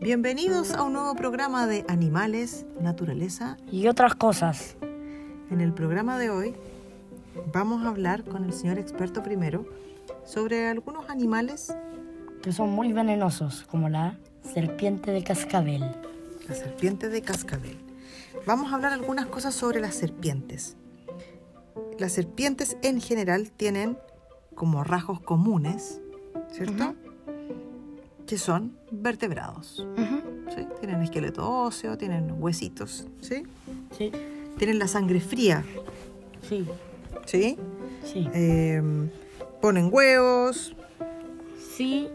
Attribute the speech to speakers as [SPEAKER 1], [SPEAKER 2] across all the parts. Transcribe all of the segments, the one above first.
[SPEAKER 1] Bienvenidos a un nuevo programa de Animales, Naturaleza.
[SPEAKER 2] Y otras cosas.
[SPEAKER 1] En el programa de hoy vamos a hablar con el señor experto primero sobre algunos animales,
[SPEAKER 2] Que son muy venenosos, como la serpiente de cascabel.
[SPEAKER 1] la serpiente de cascabel. Vamos a hablar algunas cosas sobre las serpientes. Las serpientes en general tienen como rasgos comunes, ¿cierto? Que son vertebrados. ¿sí? Tienen esqueleto óseo, tienen huesitos, ¿sí?
[SPEAKER 2] Sí,
[SPEAKER 1] Tienen la sangre fría,
[SPEAKER 2] sí,
[SPEAKER 1] ¿sí?
[SPEAKER 2] sí.
[SPEAKER 1] Eh, ponen huevos,
[SPEAKER 2] Sí,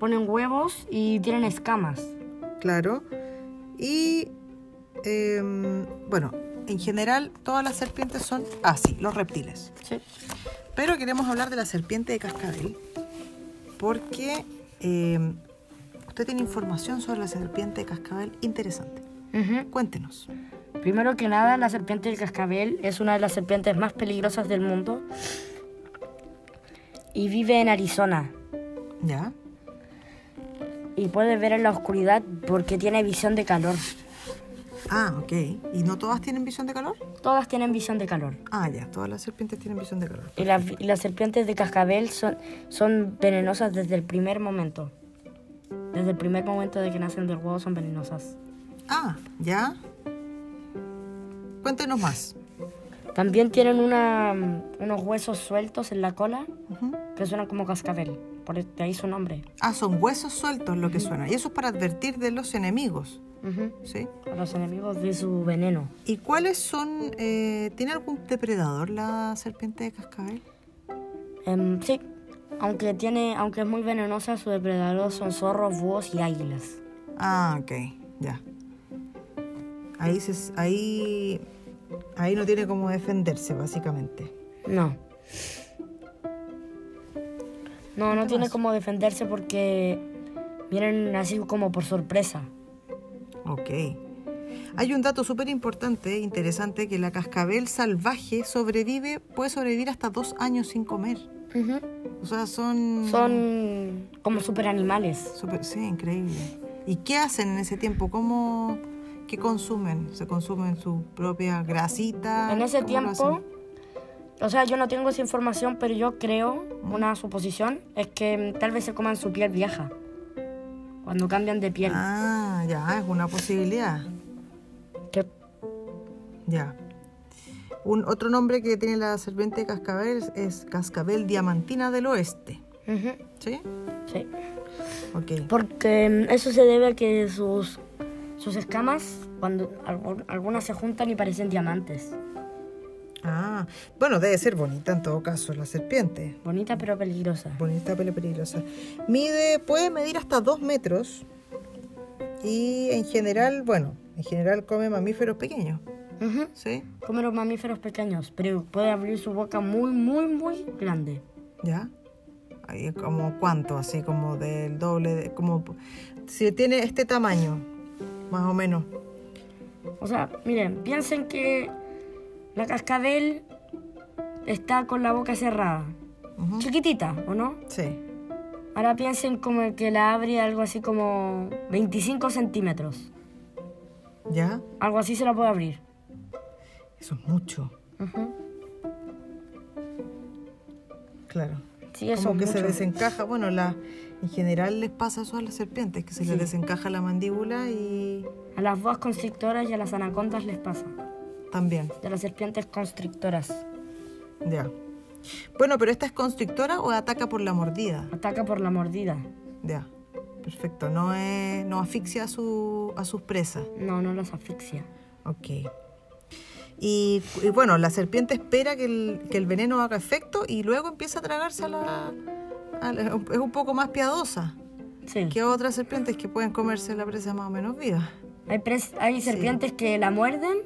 [SPEAKER 2] ponen huevos y tienen escamas.
[SPEAKER 1] Claro. Y em, bueno, en general todas las serpientes son así, los reptiles.
[SPEAKER 2] Sí.
[SPEAKER 1] Pero queremos hablar de la serpiente de cascabel porque em, usted tiene información sobre la serpiente de cascabel interesante. Cuéntenos.
[SPEAKER 2] Primero que nada, la serpiente del cascabel es una de las serpientes más peligrosas del mundo y vive en Arizona.
[SPEAKER 1] ¿Ya?
[SPEAKER 2] Y puede ver en la oscuridad porque tiene visión de calor.
[SPEAKER 1] Ah, ok. ¿Y no todas tienen visión de calor?
[SPEAKER 2] Todas tienen visión de calor.
[SPEAKER 1] Ah, ya, todas las serpientes tienen visión de calor.
[SPEAKER 2] Y, las- y las serpientes de cascabel son, son venenosas desde el primer momento. Desde el primer momento de que nacen del huevo son venenosas.
[SPEAKER 1] Ah, ya. Cuéntenos más.
[SPEAKER 2] También tienen una, mm, unos huesos sueltos en la cola
[SPEAKER 1] Ujú.
[SPEAKER 2] que suenan como cascabel. Por e- de ahí su nombre.
[SPEAKER 1] Ah, son huesos sueltos lo que suena. Y eso es para advertir de los enemigos, ¿sí?
[SPEAKER 2] A los enemigos de su veneno.
[SPEAKER 1] ¿Y cuáles son... eh, ¿Tiene algún depredador la serpiente de cascabel?
[SPEAKER 2] Em, sí, aunque, tiene, aunque es muy venenosa, su depredador son zorros, búhos y águilas.
[SPEAKER 1] Ah, ok, ya. Ahí, se, ahí, ahí no tiene cómo defenderse, básicamente.
[SPEAKER 2] No. No, no tiene cómo defenderse porque vienen así como por sorpresa.
[SPEAKER 1] Ok. Hay un dato súper importante, e interesante, que la cascabel salvaje sobrevive, puede sobrevivir hasta dos años sin comer. O sea, son...
[SPEAKER 2] Son como super animales.
[SPEAKER 1] Súper- sí, increíble. ¿Y qué hacen en ese tiempo? ¿Cómo, ¿Qué consumen? ¿Se consumen su propia grasita?
[SPEAKER 2] En ese
[SPEAKER 1] Ah, ¿Cómo lo
[SPEAKER 2] tiempo,
[SPEAKER 1] hacen?
[SPEAKER 2] o sea, yo no tengo esa información, pero yo creo, una suposición, es que mm, tal vez se coman su piel vieja. Cuando cambian de piel.
[SPEAKER 1] Ah, ya, es una posibilidad.
[SPEAKER 2] Que
[SPEAKER 1] Ya. Un, otro nombre que tiene la serpiente de cascabel es cascabel diamantina del oeste.
[SPEAKER 2] Ujú,
[SPEAKER 1] ¿Sí?
[SPEAKER 2] Sí.
[SPEAKER 1] Ok.
[SPEAKER 2] Porque mm, eso se debe a que sus, sus escamas, cuando algu- algunas se juntan y parecen diamantes.
[SPEAKER 1] Ah, bueno, debe ser bonita en todo caso la serpiente.
[SPEAKER 2] Bonita pero peligrosa.
[SPEAKER 1] Bonita pero peligrosa. Mide, puede medir hasta 2 metros. Y en general, bueno, en general come mamíferos pequeños.
[SPEAKER 2] Ujú.
[SPEAKER 1] ¿Sí?
[SPEAKER 2] Come los mamíferos pequeños, pero puede abrir su boca muy, muy, muy grande.
[SPEAKER 1] ¿Ya? Ahí como cuánto, así como del doble, de, como si tiene este tamaño, más o menos.
[SPEAKER 2] O sea, miren, piensen que la cascabel está con la boca cerrada.
[SPEAKER 1] Ujú.
[SPEAKER 2] Chiquitita, ¿o no?
[SPEAKER 1] Sí.
[SPEAKER 2] Ahora piensen como que la abre algo así como 25 centímetros.
[SPEAKER 1] ¿Ya?
[SPEAKER 2] Algo así se la puede abrir.
[SPEAKER 1] Eso es mucho. Claro.
[SPEAKER 2] Sí, eso
[SPEAKER 1] como que
[SPEAKER 2] es
[SPEAKER 1] se
[SPEAKER 2] mucho.
[SPEAKER 1] desencaja, bueno, la, en general les pasa eso a las serpientes, que se les
[SPEAKER 2] Sí.
[SPEAKER 1] desencaja la mandíbula y
[SPEAKER 2] A las boas constrictoras y a las anacondas les pasa.
[SPEAKER 1] también,
[SPEAKER 2] Y a las serpientes constrictoras.
[SPEAKER 1] ya. Bueno, pero esta es constrictora o ataca por la mordida,
[SPEAKER 2] Ataca por la mordida.
[SPEAKER 1] ya. Perfecto, no, es, no asfixia a, su, a sus presas.
[SPEAKER 2] No, no las asfixia.
[SPEAKER 1] Ok. Y, y bueno, la serpiente espera que el, que el veneno haga efecto y luego empieza a tragarse a la... a la- es un poco más piadosa
[SPEAKER 2] Sí.
[SPEAKER 1] que otras serpientes que pueden comerse la presa más o menos viva.
[SPEAKER 2] Hay, pres- hay serpientes que la muerden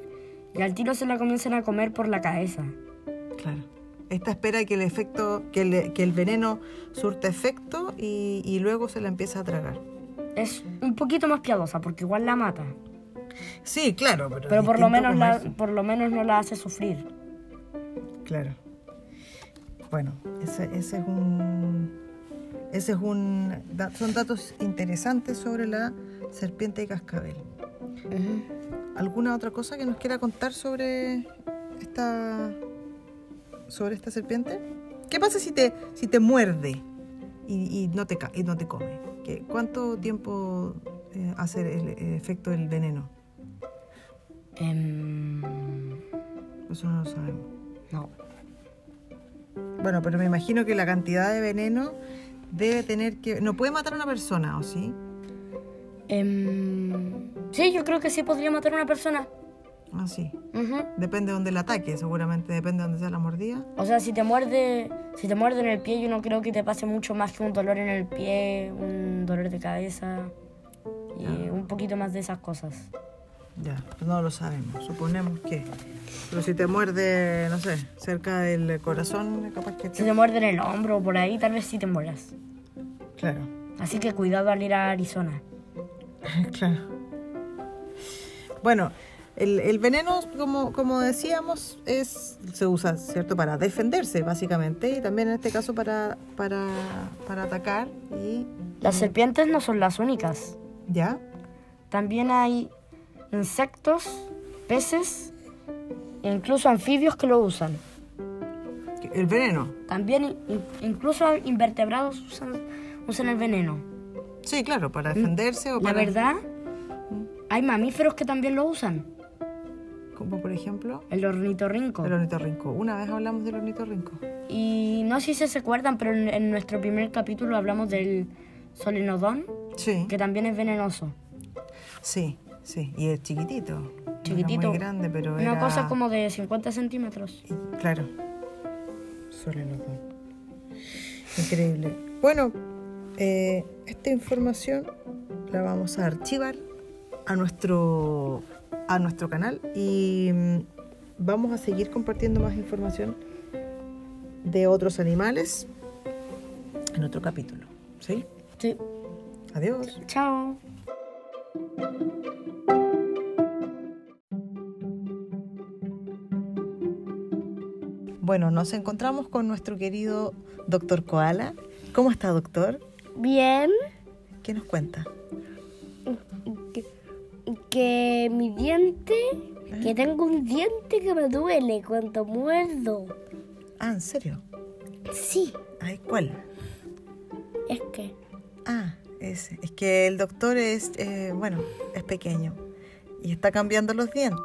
[SPEAKER 2] y al tiro se la comienzan a comer por la cabeza.
[SPEAKER 1] Claro. Esta espera que el efecto, que, el- que el veneno surta efecto y, y luego se la empieza a tragar.
[SPEAKER 2] Es un poquito más piadosa porque igual la mata.
[SPEAKER 1] Sí, claro, pero.
[SPEAKER 2] Pero
[SPEAKER 1] es
[SPEAKER 2] por lo,
[SPEAKER 1] distinto
[SPEAKER 2] menos la-
[SPEAKER 1] comer-
[SPEAKER 2] por lo menos no la hace sufrir.
[SPEAKER 1] Claro. Bueno, ese, ese es un... Ese es un da- son datos interesantes sobre la serpiente de cascabel. ¿Alguna otra cosa que nos quiera contar sobre esta sobre esta serpiente? ¿Qué pasa si te si te muerde y, y no te ca- y no te come? ¿Qué- ¿Cuánto tiempo eh, hace el, el efecto del veneno?
[SPEAKER 2] Em,
[SPEAKER 1] Eso no lo sabemos.
[SPEAKER 2] no.
[SPEAKER 1] Bueno, pero me imagino que la cantidad de veneno debe tener que no puede matar a una persona, ¿o sí?
[SPEAKER 2] Em, sí, yo creo que sí podría matar a una persona.
[SPEAKER 1] Ah, sí.
[SPEAKER 2] Ujú.
[SPEAKER 1] Depende de dónde el ataque, seguramente depende de dónde sea la mordida.
[SPEAKER 2] O sea, si te muerde, si te muerde en el pie, yo no creo que te pase mucho más que un dolor en el pie, un dolor de cabeza y un poquito más de esas cosas.
[SPEAKER 1] Ya, pues no lo sabemos, suponemos que. Pero si te muerde, no sé, cerca del corazón, capaz que
[SPEAKER 2] Si
[SPEAKER 1] te...
[SPEAKER 2] te muerde en el hombro o por ahí, tal vez sí te mueras.
[SPEAKER 1] Claro,
[SPEAKER 2] Así que cuidado al ir a Arizona.
[SPEAKER 1] claro. Bueno, el, el veneno, como, como decíamos, es, se usa, ¿cierto?, para defenderse, básicamente, y también en este caso para, para, para atacar y...
[SPEAKER 2] Las serpientes no son las únicas.
[SPEAKER 1] ¿Ya?
[SPEAKER 2] También hay insectos, peces e incluso anfibios que lo usan.
[SPEAKER 1] El veneno.
[SPEAKER 2] También in- incluso invertebrados usan, usan el veneno.
[SPEAKER 1] Sí, claro, para defenderse o
[SPEAKER 2] Mm, La
[SPEAKER 1] para...
[SPEAKER 2] verdad, hay mamíferos que también lo usan.
[SPEAKER 1] Como por ejemplo,
[SPEAKER 2] El ornitorrinco.
[SPEAKER 1] el ornitorrinco. Una vez hablamos del ornitorrinco.
[SPEAKER 2] Y no sé si se acuerdan, pero en, en nuestro primer capítulo hablamos del solenodón,
[SPEAKER 1] Sí.
[SPEAKER 2] que también es venenoso.
[SPEAKER 1] Sí, sí, y es chiquitito. no era
[SPEAKER 2] Chiquitito.
[SPEAKER 1] muy grande, pero
[SPEAKER 2] Una
[SPEAKER 1] era-
[SPEAKER 2] cosa como de 50 centímetros.
[SPEAKER 1] Claro. Solo los dos. Increíble. Bueno, eh, esta información la vamos a archivar a nuestro, a nuestro canal y mm, vamos a seguir compartiendo más información de otros animales en otro capítulo. ¿Sí?
[SPEAKER 2] Sí.
[SPEAKER 1] Adiós.
[SPEAKER 2] Chao.
[SPEAKER 1] Bueno, nos encontramos con nuestro querido doctor Koala. ¿Cómo está, doctor?
[SPEAKER 3] Bien,
[SPEAKER 1] ¿Qué nos cuenta?
[SPEAKER 3] que, que mi diente,
[SPEAKER 1] ¿Eh?
[SPEAKER 3] que tengo un diente que me duele cuando muerdo.
[SPEAKER 1] Ah, ¿en serio?
[SPEAKER 3] Sí,
[SPEAKER 1] Ay, ¿cuál?
[SPEAKER 3] es que
[SPEAKER 1] Ah, ese. Es que el doctor es, eh, bueno, es pequeño y está cambiando los dientes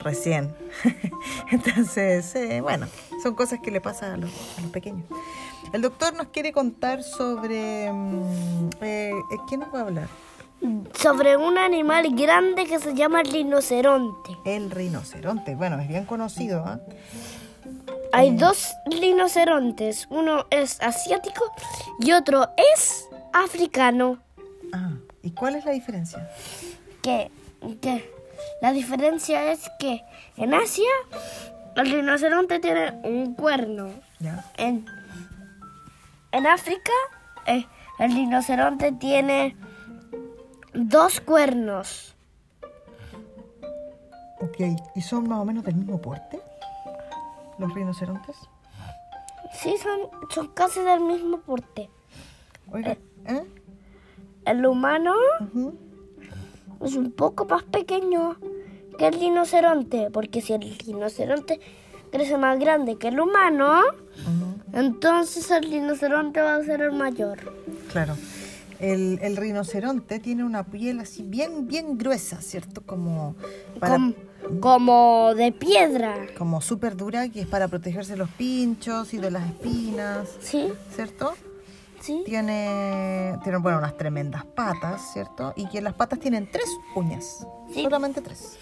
[SPEAKER 1] recién. Entonces, eh, bueno, son cosas que le pasan a los, a los pequeños. El doctor nos quiere contar sobre... mm, eh, ¿Qué nos va a hablar?
[SPEAKER 3] sobre un animal grande que se llama rinoceronte.
[SPEAKER 1] El rinoceronte. Bueno, es bien conocido, ¿ah?
[SPEAKER 3] Hay dos rinocerontes, uno es asiático y otro es africano.
[SPEAKER 1] Ah, ¿y cuál es la diferencia?
[SPEAKER 3] Que, que la diferencia es que en Asia el rinoceronte tiene un cuerno
[SPEAKER 1] ¿Ya?
[SPEAKER 3] En, en África, eh, el rinoceronte tiene dos cuernos.
[SPEAKER 1] Ok, ¿y son más o menos del mismo porte? ¿Los rinocerontes?
[SPEAKER 3] Sí, son, son casi del mismo porte.
[SPEAKER 1] Oiga, ¿eh?
[SPEAKER 3] El humano
[SPEAKER 1] Ujú.
[SPEAKER 3] es un poco más pequeño que el rinoceronte, porque si el rinoceronte crece más grande que el humano,
[SPEAKER 1] Ujú,
[SPEAKER 3] entonces el rinoceronte va a ser el mayor.
[SPEAKER 1] Claro. El, el rinoceronte tiene una piel así bien, bien gruesa, ¿cierto? Como para-
[SPEAKER 3] Com- como de piedra,
[SPEAKER 1] como súper dura, que es para protegerse de los pinchos y de las espinas,
[SPEAKER 3] ¿sí?
[SPEAKER 1] ¿cierto?
[SPEAKER 3] ¿Sí?
[SPEAKER 1] Tiene, tiene bueno, unas tremendas patas, ¿cierto? Y que las patas tienen tres uñas,
[SPEAKER 3] Sí.
[SPEAKER 1] solamente tres.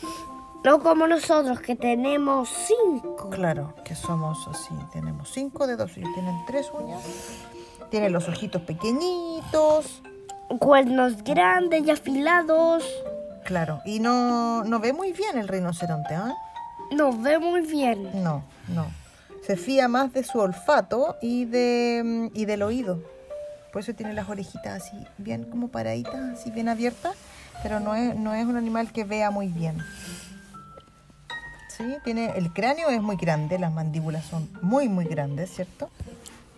[SPEAKER 3] No como nosotros que tenemos cinco.
[SPEAKER 1] Claro, que somos así, tenemos cinco dedos y tienen tres uñas. Tiene los ojitos pequeñitos,
[SPEAKER 3] cuernos grandes y afilados.
[SPEAKER 1] claro. Y no, no ve muy bien el rinoceronte, ¿ah?
[SPEAKER 3] Nos ve muy bien.
[SPEAKER 1] No, no. Se fía más de su olfato y de mm, y del oído. Por eso tiene las orejitas así, bien como paraditas, así bien abiertas, pero no es, no es un animal que vea muy bien. Sí, tiene el cráneo es muy grande, las mandíbulas son muy muy grandes, ¿cierto?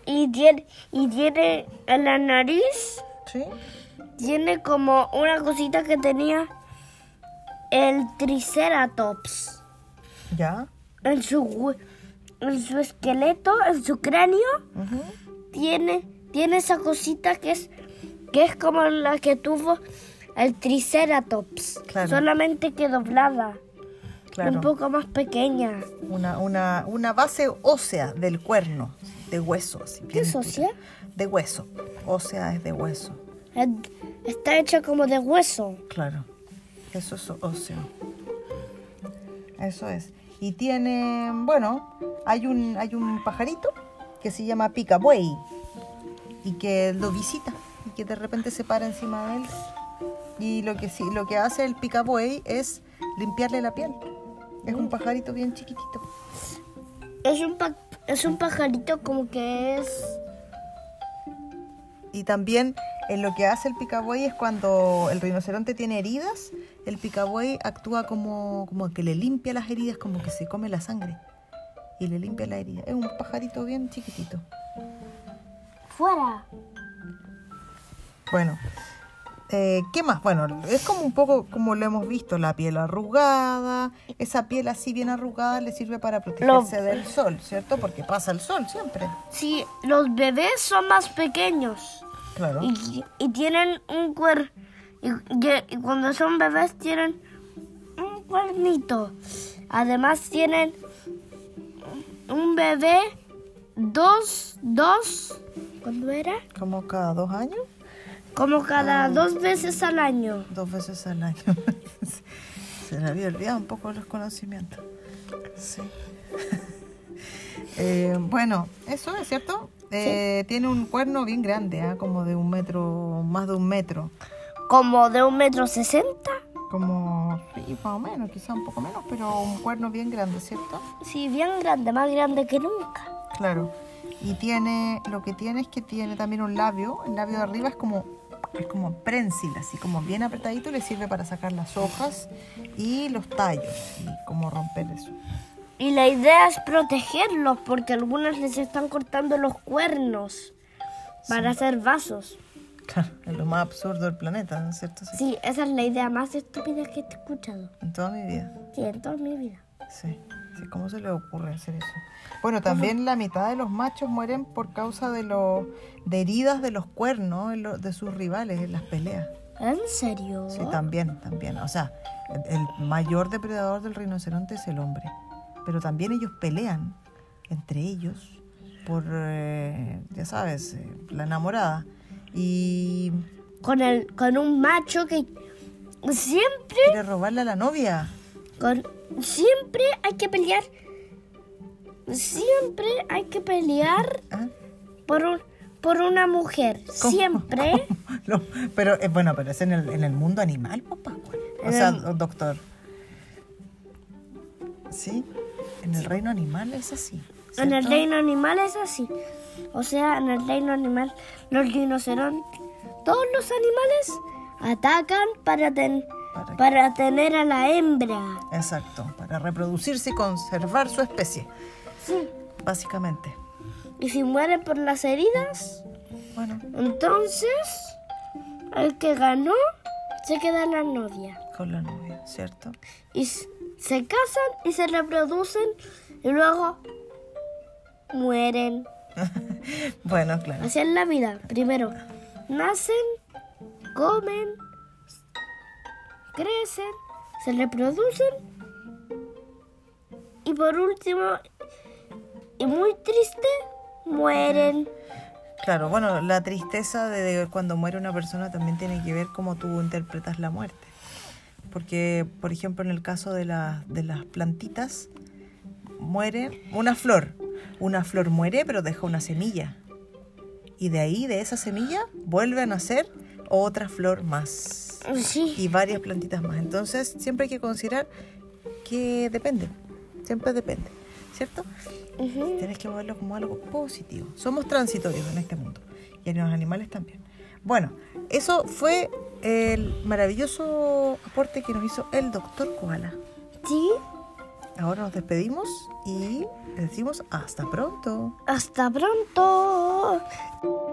[SPEAKER 3] y tiene, y tiene en la nariz,
[SPEAKER 1] ¿Sí?
[SPEAKER 3] tiene como una cosita que tenía el triceratops.
[SPEAKER 1] ¿Ya?
[SPEAKER 3] En su, hue- en su esqueleto, en su cráneo,
[SPEAKER 1] Ujú.
[SPEAKER 3] tiene, tiene esa cosita que es, que es como la que tuvo el triceratops.
[SPEAKER 1] Claro.
[SPEAKER 3] Solamente que doblada,
[SPEAKER 1] Claro.
[SPEAKER 3] un poco más pequeña.
[SPEAKER 1] Una, una, una base ósea del cuerno, de hueso. así, bien
[SPEAKER 3] es
[SPEAKER 1] dura.
[SPEAKER 3] ósea?
[SPEAKER 1] De hueso. Ósea es de hueso,
[SPEAKER 3] Es- Está hecha como de hueso.
[SPEAKER 1] claro. Eso es óseo. Eso es. Y tiene, bueno, hay un, hay un pajarito que se llama picabuey y que lo visita y que de repente se para encima de él. Y lo que, sí- lo que hace el picabuey es limpiarle la piel. Es un pajarito bien chiquitito.
[SPEAKER 3] Es un, pa- es un pajarito como que es...
[SPEAKER 1] Y también en lo que hace el picabuey es cuando el rinoceronte tiene heridas, el picabuey actúa como, como que le limpia las heridas, como que se come la sangre y le limpia la herida. Es un pajarito bien chiquitito.
[SPEAKER 3] Fuera.
[SPEAKER 1] Bueno, eh, ¿qué más? Bueno, es como un poco como lo hemos visto, la piel arrugada, esa piel así bien arrugada le sirve para protegerse del sol, ¿cierto? Porque pasa el sol siempre.
[SPEAKER 3] Sí, los bebés son más pequeños.
[SPEAKER 1] Claro.
[SPEAKER 3] Y, y tienen un cuer... Y, y- y cuando son bebés tienen un cuernito. Además tienen un bebé, dos, dos... ¿Cuándo era?
[SPEAKER 1] Como cada dos años.
[SPEAKER 3] Como cada dos veces al año.
[SPEAKER 1] dos veces al año. Se le había olvidado un poco los conocimientos. Sí. Eh, bueno, eso es cierto. Eh, Tiene un cuerno bien grande, ¿ah? como de un metro, más de un metro.
[SPEAKER 3] Como de un metro sesenta.
[SPEAKER 1] Como, sí, más o menos, quizá un poco menos, pero un cuerno bien grande, ¿cierto?
[SPEAKER 3] Sí, bien grande, más grande que nunca.
[SPEAKER 1] Claro. Y tiene, lo que tiene es que tiene también un labio. El labio de arriba es como, es como prensil, así como bien apretadito, y le sirve para sacar las hojas y los tallos y como romper eso.
[SPEAKER 3] Y la idea es protegerlos porque algunas les están cortando los cuernos para hacer vasos.
[SPEAKER 1] Claro, es lo más absurdo del planeta, ¿no es cierto? Sí.
[SPEAKER 3] Sí, esa es la idea más estúpida que he escuchado.
[SPEAKER 1] En toda mi vida.
[SPEAKER 3] Sí, en toda mi vida.
[SPEAKER 1] Sí. sí. ¿Cómo se le ocurre hacer eso? Bueno, también la mitad de los machos mueren por causa de, los de heridas de los cuernos en lo- de sus rivales en las peleas.
[SPEAKER 3] ¿En serio?
[SPEAKER 1] Sí, también, también. O sea, el, el mayor depredador del rinoceronte es el hombre. Pero también ellos pelean entre ellos por, eh, ya sabes, eh, la enamorada. Y
[SPEAKER 3] Con, el, con un macho que siempre,
[SPEAKER 1] quiere robarle a la novia.
[SPEAKER 3] con, siempre hay que pelear. Siempre hay que pelear
[SPEAKER 1] ¿Ah?
[SPEAKER 3] por, un, por una mujer.
[SPEAKER 1] ¿Cómo?
[SPEAKER 3] Siempre.
[SPEAKER 1] Lo- pero eh, bueno, pero es en el, en el mundo animal, pues, Pascual. O
[SPEAKER 3] En
[SPEAKER 1] sea,
[SPEAKER 3] el-
[SPEAKER 1] do- doctor. Sí, en el reino animal es así.
[SPEAKER 3] En el
[SPEAKER 1] ¿cierto?
[SPEAKER 3] reino animal es así. O sea, en el reino animal, los rinocerontes, todos los animales atacan para, ten-
[SPEAKER 1] Para-
[SPEAKER 3] para tener a la hembra.
[SPEAKER 1] Exacto, para reproducirse y conservar su especie,
[SPEAKER 3] Sí.
[SPEAKER 1] básicamente.
[SPEAKER 3] Y si muere por las heridas,
[SPEAKER 1] Bueno,
[SPEAKER 3] entonces el que ganó se queda la novia.
[SPEAKER 1] con la novia, ¿cierto?
[SPEAKER 3] Y s- se casan y se reproducen y luego mueren.
[SPEAKER 1] Bueno, claro.
[SPEAKER 3] Así es la vida. Primero, nacen, comen, crecen, se reproducen y por último, y muy triste, mueren.
[SPEAKER 1] Claro, bueno, la tristeza de, de cuando muere una persona también tiene que ver cómo tú interpretas la muerte. Porque, por ejemplo, en el caso de, la- de las plantitas, muere una flor. Una flor muere, pero deja una semilla. Y de ahí, de esa semilla, vuelve a nacer otra flor más.
[SPEAKER 3] Sí,
[SPEAKER 1] y varias plantitas más. Entonces, siempre hay que considerar que depende, siempre depende, ¿cierto? Tienes que verlo como algo positivo. Somos transitorios en este mundo y en los animales también. Bueno, eso fue el maravilloso aporte que nos hizo el doctor Koala.
[SPEAKER 3] sí,
[SPEAKER 1] Ahora nos despedimos y les decimos hasta pronto.
[SPEAKER 3] Hasta pronto.